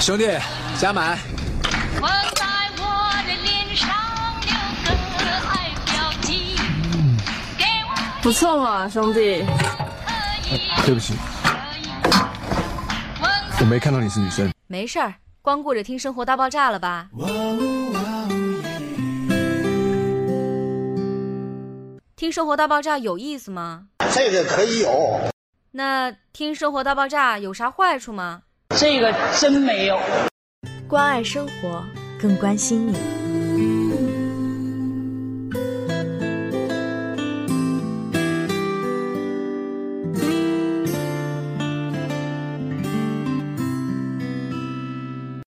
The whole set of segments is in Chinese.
兄弟，加满。我在我的脸上留个爱标记，给我不错嘛，兄弟。可以对不起，可以。问我没看到你是女生。没事儿，光顾着听《生活大爆炸》了吧？听《生活大爆炸》有意思吗？这个可以有，那听《生活大爆炸》有啥坏处吗？这个真没有。关爱生活，更关心你。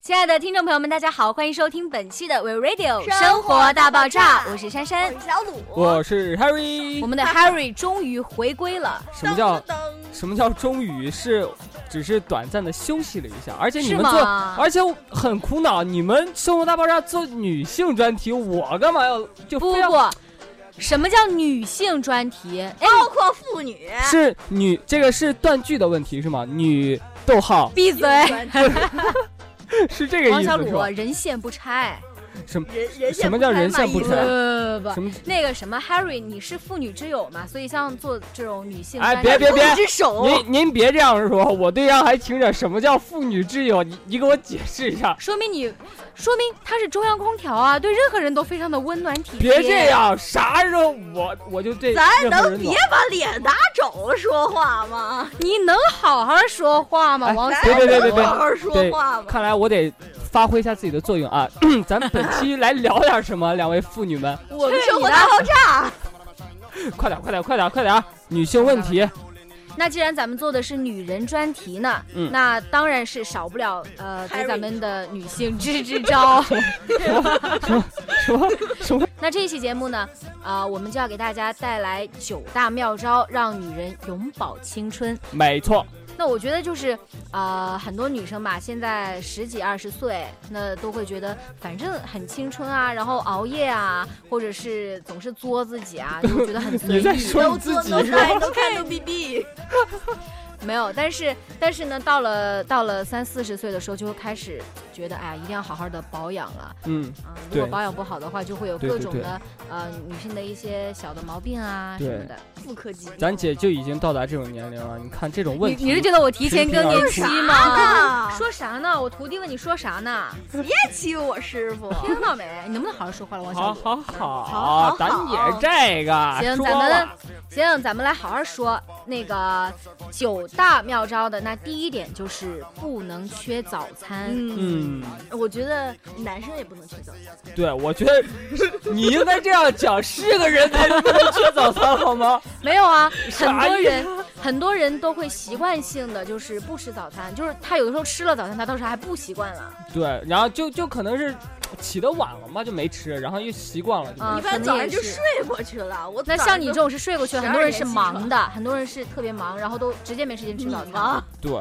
亲爱的听众朋友们，大家好，欢迎收听本期的 We Radio 生活大爆炸我是珊珊。小鲁，我是 Harry。我们的 Harry 终于回归了，什么叫噔噔噔什么叫终于是只是短暂的休息了一下，而且你是们做，吗？而且我很苦恼，你们《生活大爆炸》做女性专题，我干嘛要就不非要不，什么叫女性专题？哎，包括妇女，是女这个是断句的问题是吗？女逗号 闭嘴！是这个王意思小是鲁啊吧？人线不拆。什么人人什么叫人线不不不拆对不什不么？那个什么 Harry，你是妇女之友嘛，所以像做这种女性哎专题别别一只哦手，您您别这样说，我对象还听着什么叫妇女之友，你你给我解释一下。说明你，说明它是中央空调啊，对任何人都非常的温暖体贴。别这，样，啥时候我我就对咱任何能人别暖把脸打肿说话吗？你能好好说话吗，哎王小别别别咱别能别好好说话吗？看来我得发挥一下自己的作用啊！咱们本 期来聊点什么？两位妇女们，我们生活大爆炸，快点，快点，快点，快点啊！女性问题，那既然咱们做的是女人专题呢，嗯那当然是少不了呃给 Harry 咱们的女性支支 招。什么什么？那这一期节目呢，啊、我们就要给大家带来九大妙招，让女人永葆青春。没错，那我觉得就是，呃，很多女生吧，现在十几二十岁，那都会觉得反正很青春啊，然后熬夜啊，或者是总是作自己啊，就会觉得很随 你在意。说都你自做己都是看吧？哎都看都逼逼，没有，但是但是呢，到了到了三四十岁的时候，就会开始觉得，哎呀，一定要好好的保养了。嗯，啊，如对果保养不好的话，就会有对各对种对的呃女性的一些小的毛病啊什对么的。妇科疾病。咱姐就已经到达这种年龄了，你看这种问你题，你是觉得我提前更年期吗？啊， 说啥呢？我徒弟问你说啥呢？别欺负我师傅，听到没？你能不能好好说话了，王小好鲁？好好好好，咱姐这个行说咱们了行，咱们来好好说那个九大妙招的。那第一点就是不能缺早餐。嗯，嗯，我觉得男生也不能缺早餐，对，我觉得你应该这样讲，是个人才不能吃早餐好吗？没有啊， 很啥多意思人很多人都会习惯性的就是不吃早餐，就是他有的时候吃了早餐，他到时候还不习惯了。对，然后就就可能是起得晚了嘛，就没吃，然后又习惯了，就啊一没吃。可般能早也上就是睡过去了。我那早像上你就这种是睡过去了，很多人12是点起嗯忙的，很多人是特别忙，然后都直接没时间吃早你餐忙。对，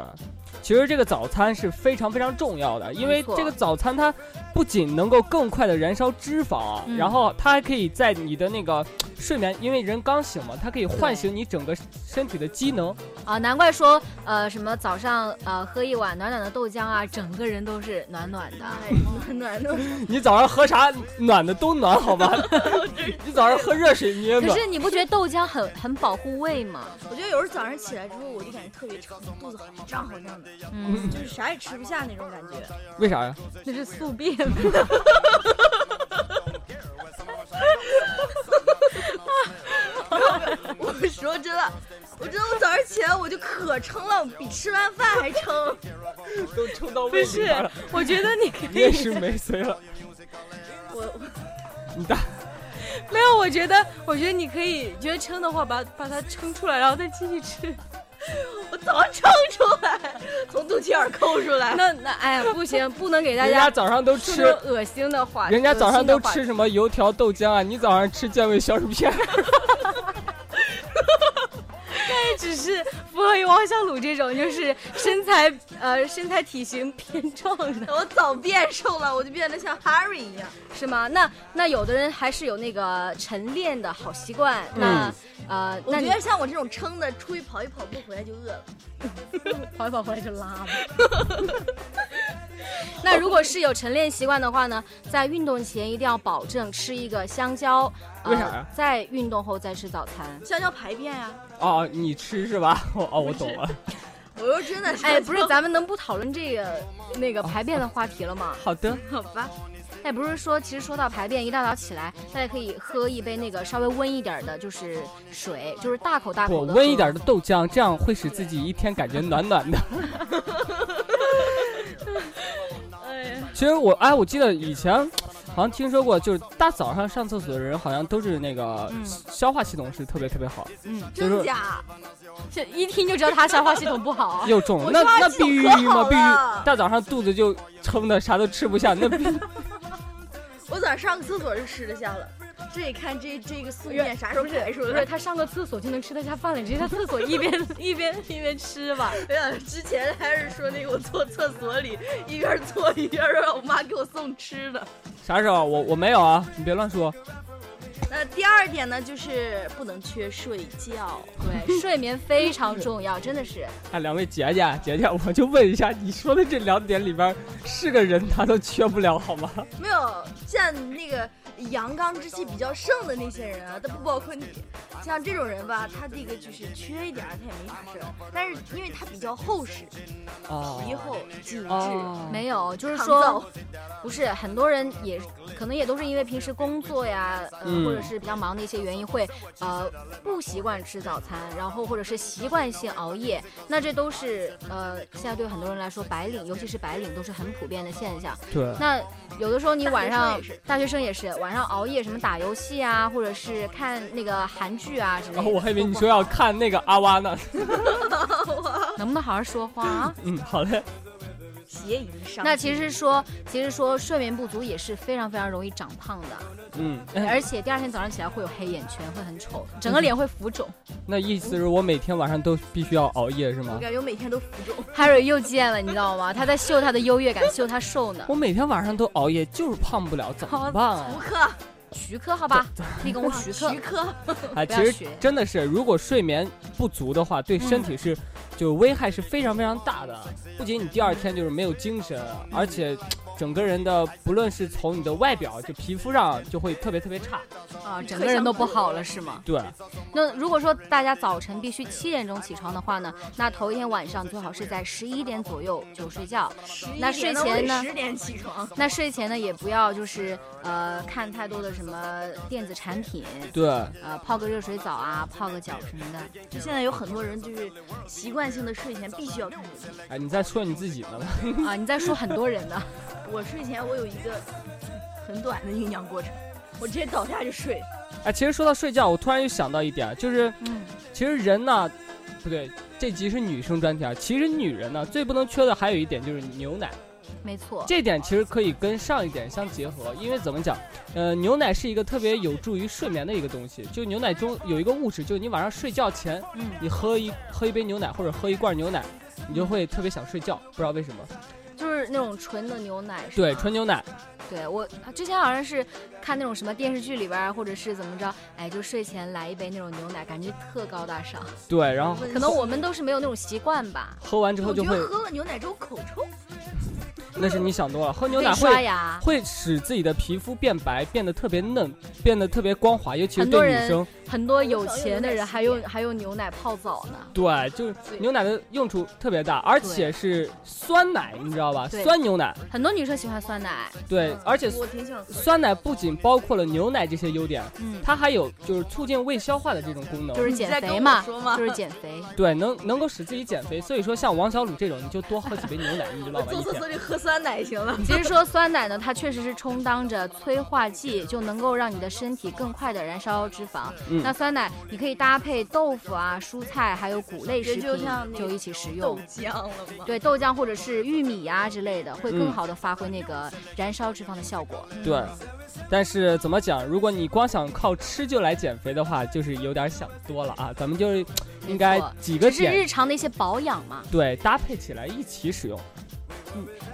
其实这个早餐是非常非常重要的，因为没错这个早餐它不仅能够更快的燃烧脂肪，嗯然后它还可以在你的那个睡眠，因为人刚醒嘛，它可以唤醒你整个身体的机能。啊，难怪说呃什么早上呃喝一碗暖暖的豆浆啊，整个人都是暖暖的。哎暖暖的，你早上喝啥暖的都暖，好吧？你早上喝热水你也可暖。是你不觉得豆浆很很保护胃吗？我觉得有时候早上起来之后，我就感觉特别撑，肚子好胀好胀的，嗯，就是啥也吃不下那种感觉。为啥呀？那是 宿便。 我说真的，我真的，我早上起来我就可撑了，比吃完饭还撑。都冲到胃里边了，我觉得你可你也是没谁了。我你大没有，我觉得，我觉得你可以，觉得撑的话，把把它撑出来，然后再继续吃。 我早上撑出来，从肚脐眼儿抠出 来。那那哎呀，不行，不能给大人家家早上都说吃这，种恶心的啊话。人家早上都恶心吃什么油条、豆浆啊？你早上吃健胃小薯片。的话，只是符合于王小鲁这种，就是身材呃身材体型偏壮的，我早变瘦了，我就变得像 Harry 一样。是吗？那那有的人还是有那个晨练的好习惯。嗯那、呃，我那觉你得像我这种撑的，出去跑一跑步回来就饿了。跑一跑回来就拉吧。 那如果是有晨练习惯的话呢，在运动前一定要保证吃一个香蕉。呃为啥呀在运动后再吃早餐。香蕉排便呀、哦，你吃是吧？哦哦，我懂了。我说真的是，哎，不是，咱们能不讨论这个那个排便的话题了吗？哦 好的，好吧，哎，不是说，其实说到排便，一大早起来，大家可以喝一杯那个稍微温一点的，就是水，就是大口大我口的。温一点。的豆浆，这样会使自己一天感觉暖暖的。其实我哎，我记得以前好像听说过，就是大早上上厕所的人，好像都是那个消化系统是特别特别好，就是真假？这一听就知道他消化系统不好 啊。又重。我那消化那系必统须可嘛，好必了须大早上肚子就撑的啥都吃不下，那必我早上上个厕所是吃得下了，这一看这这个宿便啥时候排出不是来？他上个厕所就能吃得下饭了，你直接在厕所一 边一边一边吃吧。 没想到之前还是说那个我坐厕所里一边坐一边让我妈给我送吃的。啥时候我我没有啊，你别乱说。那第二点呢，就是不能缺睡觉。对，睡眠非常重要，真的是。啊，两位姐姐姐姐，我就问一下，你说的这两点里边儿，是个人他都缺不了好吗？没有像那个阳刚之气比较盛的那些人啊，他不包括你。像这种人吧，他这个就是缺一点儿，他也没啥事儿。但是因为他比较厚实，哦皮厚紧致， 哦，没有，就是抗说造，不是很多人也可能也都是因为平时工作呀，呃，嗯或者是比较忙的一些原因会，呃不习惯吃早餐，然后或者是习惯性熬夜，那这都是呃现在对很多人来说白领，尤其是白领都是很普遍的现象。对，那有的时候你晚上大学生也是大学生也是晚上熬夜，什么打游戏啊，或者是看那个韩剧啊之类的。然哦后我还以为你都不说好要看那个阿哇呢。 能不能好好说话啊？嗯，好嘞。邪淫上。那其实说，其实说睡眠不足也是非常非常容易长胖的。嗯，而且第二天早上起来会有黑眼圈，会很丑，整个脸会浮肿。那意思是我每天晚上都必须要熬夜是我吗？感觉我每天都浮肿。 Harry 又贱了，你知道吗？他在秀他的优越感，秀他瘦呢。我每天晚上都熬夜，就是胖不了，怎么办吴啊？克，徐克，好吧，立功徐克徐。克，哎，不其要实学嗯真的是，如果睡眠不足的话，对身体是就危害是非常非常大的。不仅你第二天就是没有精神，而且整个人的不论是从你的外表就皮肤上就会特别特别差。啊，整个人都不好了是吗？对，那如果说大家早晨必须七点钟起床的话呢，那头一天晚上最好是在十一点左右就睡觉。那睡前呢十点起床，那睡前呢也不要就是呃看太多的什么电子产品，对，呃泡个热水澡啊，泡个脚什么的。就现在有很多人就是习惯性的睡前必须要看手机。哎，你在说你自己呢？啊，你在说很多人呢。我睡前我有一个很短的酝酿过程，我直接倒下就睡。哎，其实说到睡觉，我突然又想到一点，就是嗯，其实人呢，不对，这集是女生专题啊。其实女人呢，最不能缺的还有一点就是牛奶，没错。这点其实可以跟上一点相结合，因为怎么讲，呃，牛奶是一个特别有助于睡眠的一个东西。就牛奶中有一个物质，就是你晚上睡觉前，嗯你喝一喝一杯牛奶或者喝一罐牛奶，你就会特别想睡觉，不知道为什么。就是那种纯的牛奶，是对，吗纯牛奶，对我啊之前好像是看那种什么电视剧里边儿，或者是怎么着，哎，就睡前来一杯那种牛奶，感觉特高大上。对，然后可能我们都是没有那种习惯吧，喝完之后我就觉会得，喝了牛奶之后口臭，那是你想多了，喝牛对奶会刷牙。会使自己的皮肤变白，变得特别嫩，变得特别光滑，尤其是很多对女人生。很多有钱的人还用 我还用牛奶泡澡呢。对，就是对牛奶的用处特别大，而且是酸奶，你知道吧？对酸牛奶，很多女生喜欢酸奶，对，而且我挺喜欢喝。酸奶不仅包括了牛奶这些优点，嗯，它还有就是促进胃消化的这种功能就。是你减在跟肥我嘛，说吗就是减肥。对，能能够使自己减肥，所以说像王小鲁这种，你就多喝几杯牛奶，你知道吧？坐一厕天所里喝酸奶行 了。其实说酸奶呢，它确实是充当着催化剂，就能够让你的身体更快的燃烧脂肪。嗯那酸奶你可以搭配豆腐啊、蔬菜，还有谷类食也品，就像那个一起食豆用。浆了吗？对豆浆或者是玉米呀、之类的，会更嗯好的发挥那个燃烧脂肪的效果。对。但是怎么讲？如果你光想靠吃就来减肥的话，就是有点想多了啊。咱们就是应该没错几个只是点日常的一些保养嘛。对搭配起来一起使用。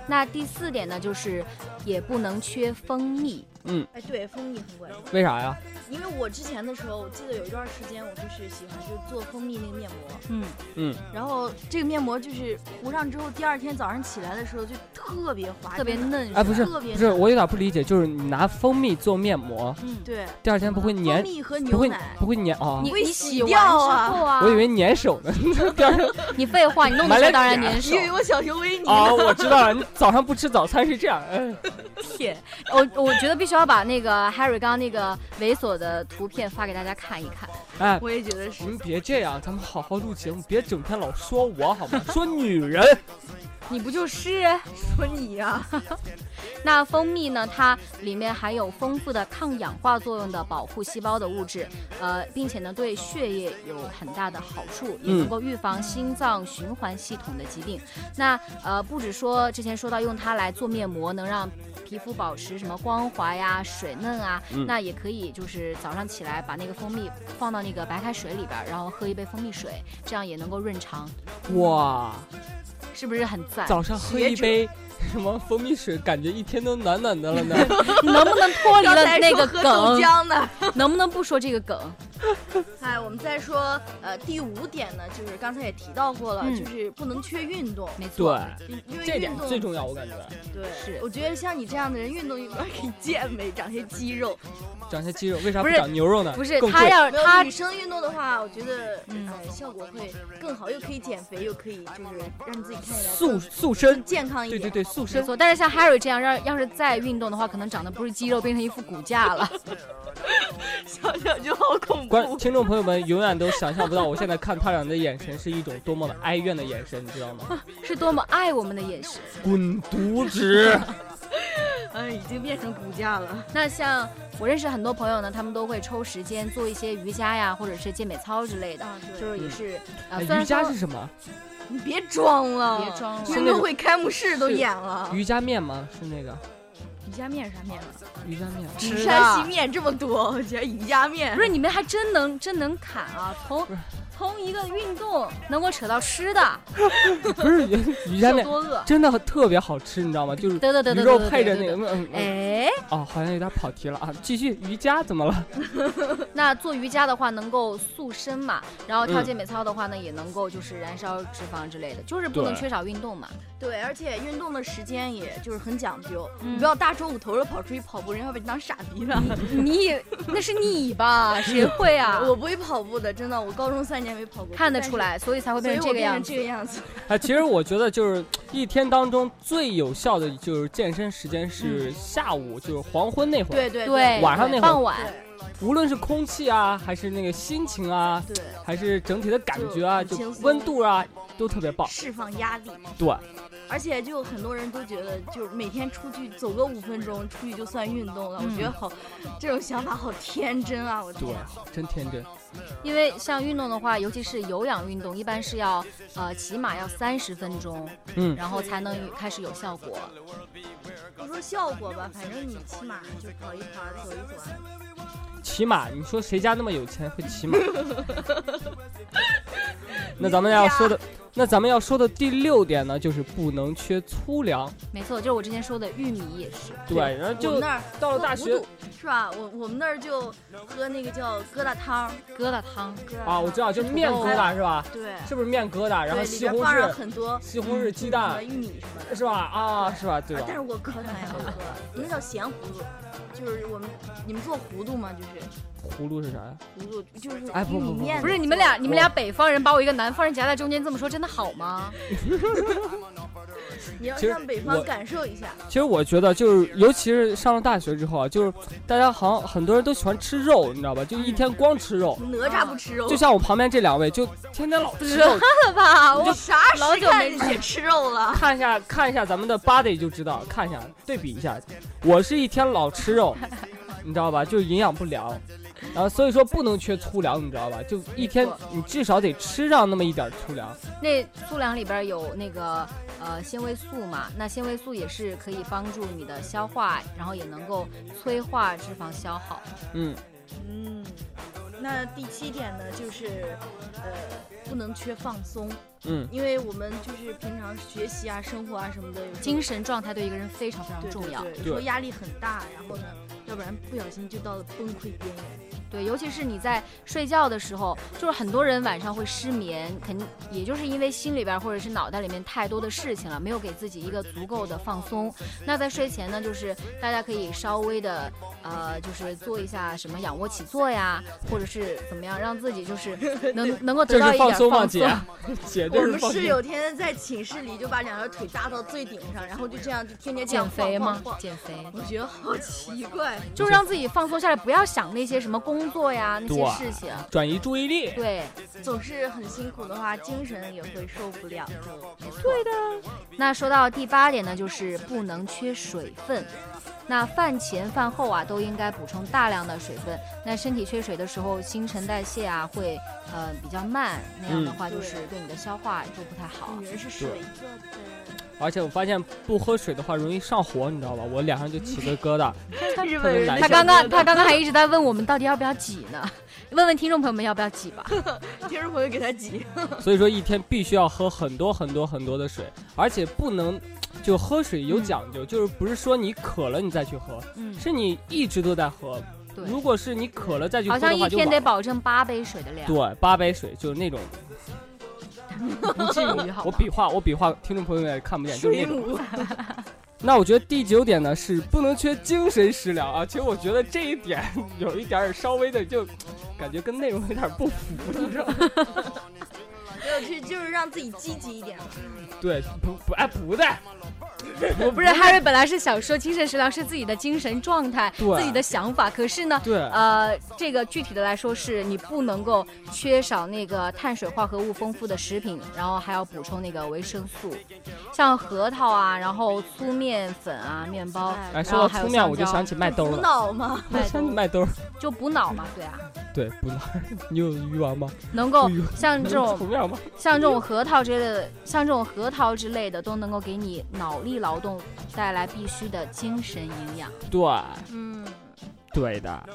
那第四点呢，就是也不能缺蜂蜜。哎，对，蜂蜜很管用。为啥呀？因为我之前的时候，我记得有一段时间，我就是喜欢就做蜂蜜那个面膜，嗯，嗯，然后这个面膜就是涂上之后，第二天早上起来的时候就特特别滑，特别真的嫩，哎，不是特别不是，嫩我有点不理解，就是你拿蜂蜜做面膜，对，第二天不会蜂粘，蜜和不牛会奶，不会粘哦你。会你洗洗完之掉啊后啊，我以为粘手呢，第二天你废话，你弄的时候当然粘手因。为我小熊维尼， 哦，我知道了，你早上不吃早餐是这样，哎，天，我我觉得必须要把那个 Harry 刚刚那个猥琐的图片发给大家看一看。哎我也觉得是你。们别这样，咱们好好录节目，别整天老说我好吗？ 说女人，你不就是？说你呀，那蜂蜜呢？它里面含有丰富的抗氧化作用的保护细胞的物质，呃，并且呢对血液有很大的好处，也嗯能够预防心脏循环系统的疾病。那呃，不止说之前说到用它来做面膜，能让皮肤保持什么光滑呀、水嫩啊，嗯那也可以就是早上起来把那个蜂蜜放到那个白开水里边儿，然后喝一杯蜂蜜水，这样也能够润肠，哇，是不是很赞？早上喝一杯什么蜂蜜水，感觉一天都暖暖的了 呢。你能不能脱离刚了才那说个喝豆梗？浆呢。能不能不说这个梗？哎，我们再说，呃，第五点呢，就是刚才也提到过了，嗯就是不能缺运动，没错对，，因为这运点动最重要，我感觉，对，是我觉得像你这样的人，运动运动可以健美，长些肌肉。长些肌肉，为啥不不是长牛肉呢？不是啊更他贵要没有他女生运动的话，我觉得，嗯哎，效果会更好，又可以减肥，又可以就是让自己看起来塑更塑身，健康一对点。对对，塑没身。错，但是像 Harry 这样，让要是再运动的话，可能长得不是肌肉，变成一副骨 架了。想想 就好恐怖。观听众朋友们永远都想象不到，我现在看他俩的眼神是一种多么的哀怨的眼神，你知道吗？是多么爱我们的眼神。 滚犊子！嗯，已经变成骨架了。那像我认识很多朋友呢，他们都会抽时间做一些瑜伽呀，或者是健美操之类的，啊，对，就是也是啊，哎虽然瑜伽说是什么？你别装了，别装了运动会开幕式都演了，瑜伽面吗？是那个瑜伽面啥面啊？瑜伽面？吃吃山啊西面这么多，我觉得瑜伽面不是你们还真能真能侃啊，从不是从一个运动能够扯到吃的， 不是瑜伽有面，多饿？真的特别好吃，你知道吗？就是得得得鱼得肉得配着得那个得。嗯嗯嗯哎，哦，好像有点跑题了啊！继续瑜伽怎么了？ 那做瑜伽的话能够塑身嘛，然后跳嗯健美操的话呢，也能够就是燃烧脂肪之类的，就是不能对缺少运动嘛。对，而且运动的时间也就是很讲究，嗯嗯你不要大中午头了跑出去跑步，人家把你当傻逼了。你以那是你吧？ 谁会啊？ 我不会跑步的，真的，我高中三年没跑过步，看得但出是。来，所以才会所变以成我这个变样成子这。个样子，哎，其实我觉得就是一天当中最有效的就是健身时间是下午，就是黄昏那会儿。对对对，晚上那会儿傍晚无论是空气啊，还是那个心情啊，对，还是整体的感觉啊，就很就轻松温度啊，都特别棒。释放压力，对，而且就很多人都觉得，就是每天出去走个五分钟，出去就算运动了。我觉得好，这种想法好天真啊！我对天，，真天真。因为像运动的话，尤其是有氧运动，一般是要呃起码要三十分钟，嗯，然后才能开始有效果。不说效果吧，反正你起码就跑一跑，走一啊走，骑马，你说谁家那么有钱会 骑马？那咱们要说的，那咱们要说的第六点呢，就是不能缺粗粮。没错，就是我之前说的玉米也是。对，然后我们就那儿到了大喝学糊涂是吧？我我们那儿就喝那个叫疙瘩汤，疙瘩汤，疙瘩汤啊，我知道，就是面疙瘩是吧？对，是不是面疙瘩？然后对里西边红放上柿，很多西红柿、鸡什么蛋，玉米什么的。是吧？啊，是吧？对啊吧但？是我可讨厌喝了，那叫咸糊涂，就是我们你们做糊涂吗？就是葫芦是啥呀？糊涂，就是哎不玉不米不不面不是你们俩，你们俩北方人把我一个南方人夹在中间，这么说真的好吗？你要其实上北方我感受一下，其实我觉得就是，尤其是上了大学之后啊，就是大家好像很多人都喜欢吃肉，你知道吧？就一天光吃肉。哪吒不吃肉，就像我旁边这两位，就天天老吃肉，是吧？啊我我啥时候老久看没见姐吃肉了？看一下看一下咱们的 body 就知道，看一下对比一下，我是一天老吃 肉，你知道吧？就是营养不良，然后所以说不能缺粗粮，你知道吧？就一天没你至少得吃上那么一点粗粮。那粗粮里边有那个呃纤维素嘛，那纤维素也是可以帮助你的消化，然后也能够催化脂肪消耗。嗯， 嗯，那第七点呢，就是呃，不能缺放松，嗯，因为我们就是平常学习啊、生活啊什么的，有时候精神状态对一个人非常非常对重要。对对，有对时候压力很大，然后呢，要不然不小心就到了崩溃边缘。对，尤其是你在睡觉的时候，就是很多人晚上会失眠，肯也就是因为心里边或者是脑袋里面太多的事情了，没有给自己一个足够的放松。那在睡前呢，就是大家可以稍微的呃，就是做一下什么仰卧起坐呀，或者是怎么样，让自己 就是能能够得这到是一点放放松松吗，姐？ 姐，我这是们放松室。友天天在寝室里就把两条腿搭到最顶上，然后就这样就天天这样减肥晃吗晃？晃减肥，我觉得好奇怪，就让自己放松下来，不要想那些什么工作呀那些对事情。转移注意力，对，总是很辛苦的话，精神也会受不了的。对的。那说到第八点呢，就是不能缺水分。那饭前饭后啊，都应该补充大量的水分。那身体缺水的时候，新陈代谢啊会呃比较慢，那样的嗯话就是对你的消化就不太好。女人是水做的，而且我发现不喝水的话容易上火，你知道吧？我脸上就起个 疙瘩，日特别难他受。刚刚他刚刚还一直在问我们到底要不要挤呢？ 问问听众朋友们要不要挤吧。听众朋友给他挤。所以说一天必须要喝很多很多很多的水，而且不能就喝水有讲究，就是不是说你渴了你再去喝， 嗯，是你一直都在喝。对如果是你渴了再去喝好的话，像就一天晚得了保证八杯水的量，对八杯水，就是那种不至于好我吧比划我比划，听众朋友们也看不见，就是那种。 那我觉得第九点呢是不能缺精神食粮啊，其实我觉得这一点有一点儿稍微的就感觉跟内容有点儿不符，你知道吗？ 没有，就就是让自己积极一点嘛。对，不不哎不对， 不是 Harry 本来是想说精神食粮是自己的精神状态，对自己的想法，可是呢。对，呃，这个具体的来说，是你不能够缺少那个碳水化合物丰富的食品，然后还要补充那个维生素，像核桃啊，然后粗面粉啊，面包，哎哎，说到还有粗面我香就蕉想起麦兜无了，脑嘛，麦兜麦兜儿就补脑嘛，对啊，对不脑， 你有鱼丸吗？能够哎呦像能这有种 粗面吗？像这种核桃之类的，像这种核桃之类的，都能够给你脑力劳动带来必须的精神营养。对嗯，对的，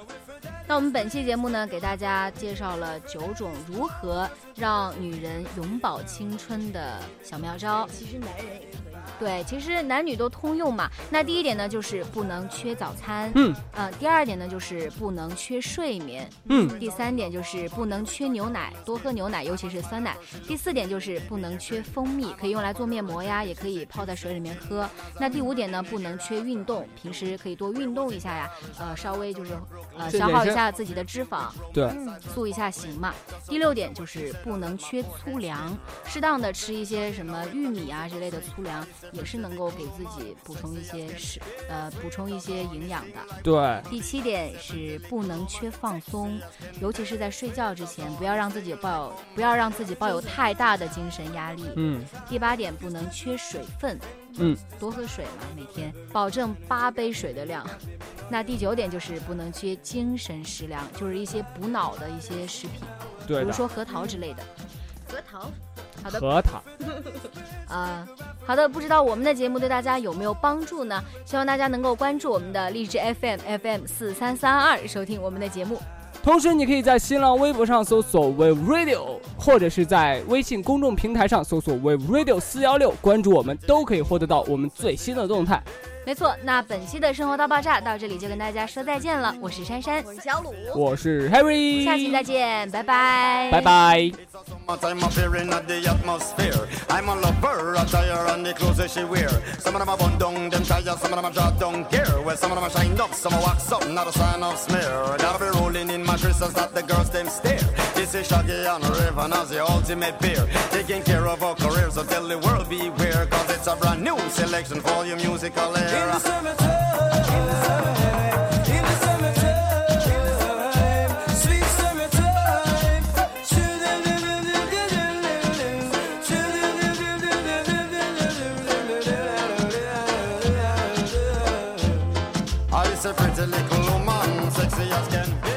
那我们本期节目呢，给大家介绍了九种如何让女人永葆青春的小妙招。其实男人也可以。对，其实男女都通用嘛。那第一点呢，就是不能缺早餐。嗯呃，第二点呢，就是不能缺睡眠。嗯，第三点就是不能缺牛奶，多喝牛奶，尤其是酸奶。第四点就是不能缺蜂蜜，可以用来做面膜呀，也可以泡在水里面喝。那第五点呢，不能缺运动，平时可以多运动一下呀，呃，稍微就是呃这消点耗一是下自己的脂肪，嗯对，塑一下形嘛。第六点就是不能缺粗粮，适当的吃一些什么玉米啊之类的粗粮，也是能够给自己补充一些食呃补充一些营养的。对，第七点是不能缺放松，尤其是在睡觉之前，不要让自己抱有不要让自己抱有太大的精神压力。嗯，第八点不能缺水分，嗯，多喝水嘛，每天保证八杯水的量。那第九点就是不能缺精神食粮，就是一些补脑的一些食品，比对如的，说核桃之类的。核桃，好的，核桃，呃，好的，不知道我们的节目对大家有没有帮助呢？希望大家能够关注我们的励志 FM FM 四三三二，收听我们的节目。同时，你可以在新浪微博上搜索 Wave Radio，或者是在微信公众平台上搜索 Wave Radio 四幺六，关注我们，都可以获得到我们最新的动态。没错，那本期的生活大爆炸到这里就跟大家说再见了。我是珊珊，我是小鲁。我是 Harry，下期再，见，拜拜，拜。拜。 much I'm appearing at the atmosphere. I'm a lover, attire and the clothes that she wear. Some of them are bun down, them tire, some of them are draw down gear. Well, some of them are shined up, some are wax up, not a sign of smear. Gotta be rolling in mattresses that the girls them stare. This is Shaggy and Raven as the ultimate pair. Taking care of our careers, so tell the world beware, cause it's a brand new selection for your musical era. I say pretty little woman, sexy as can be.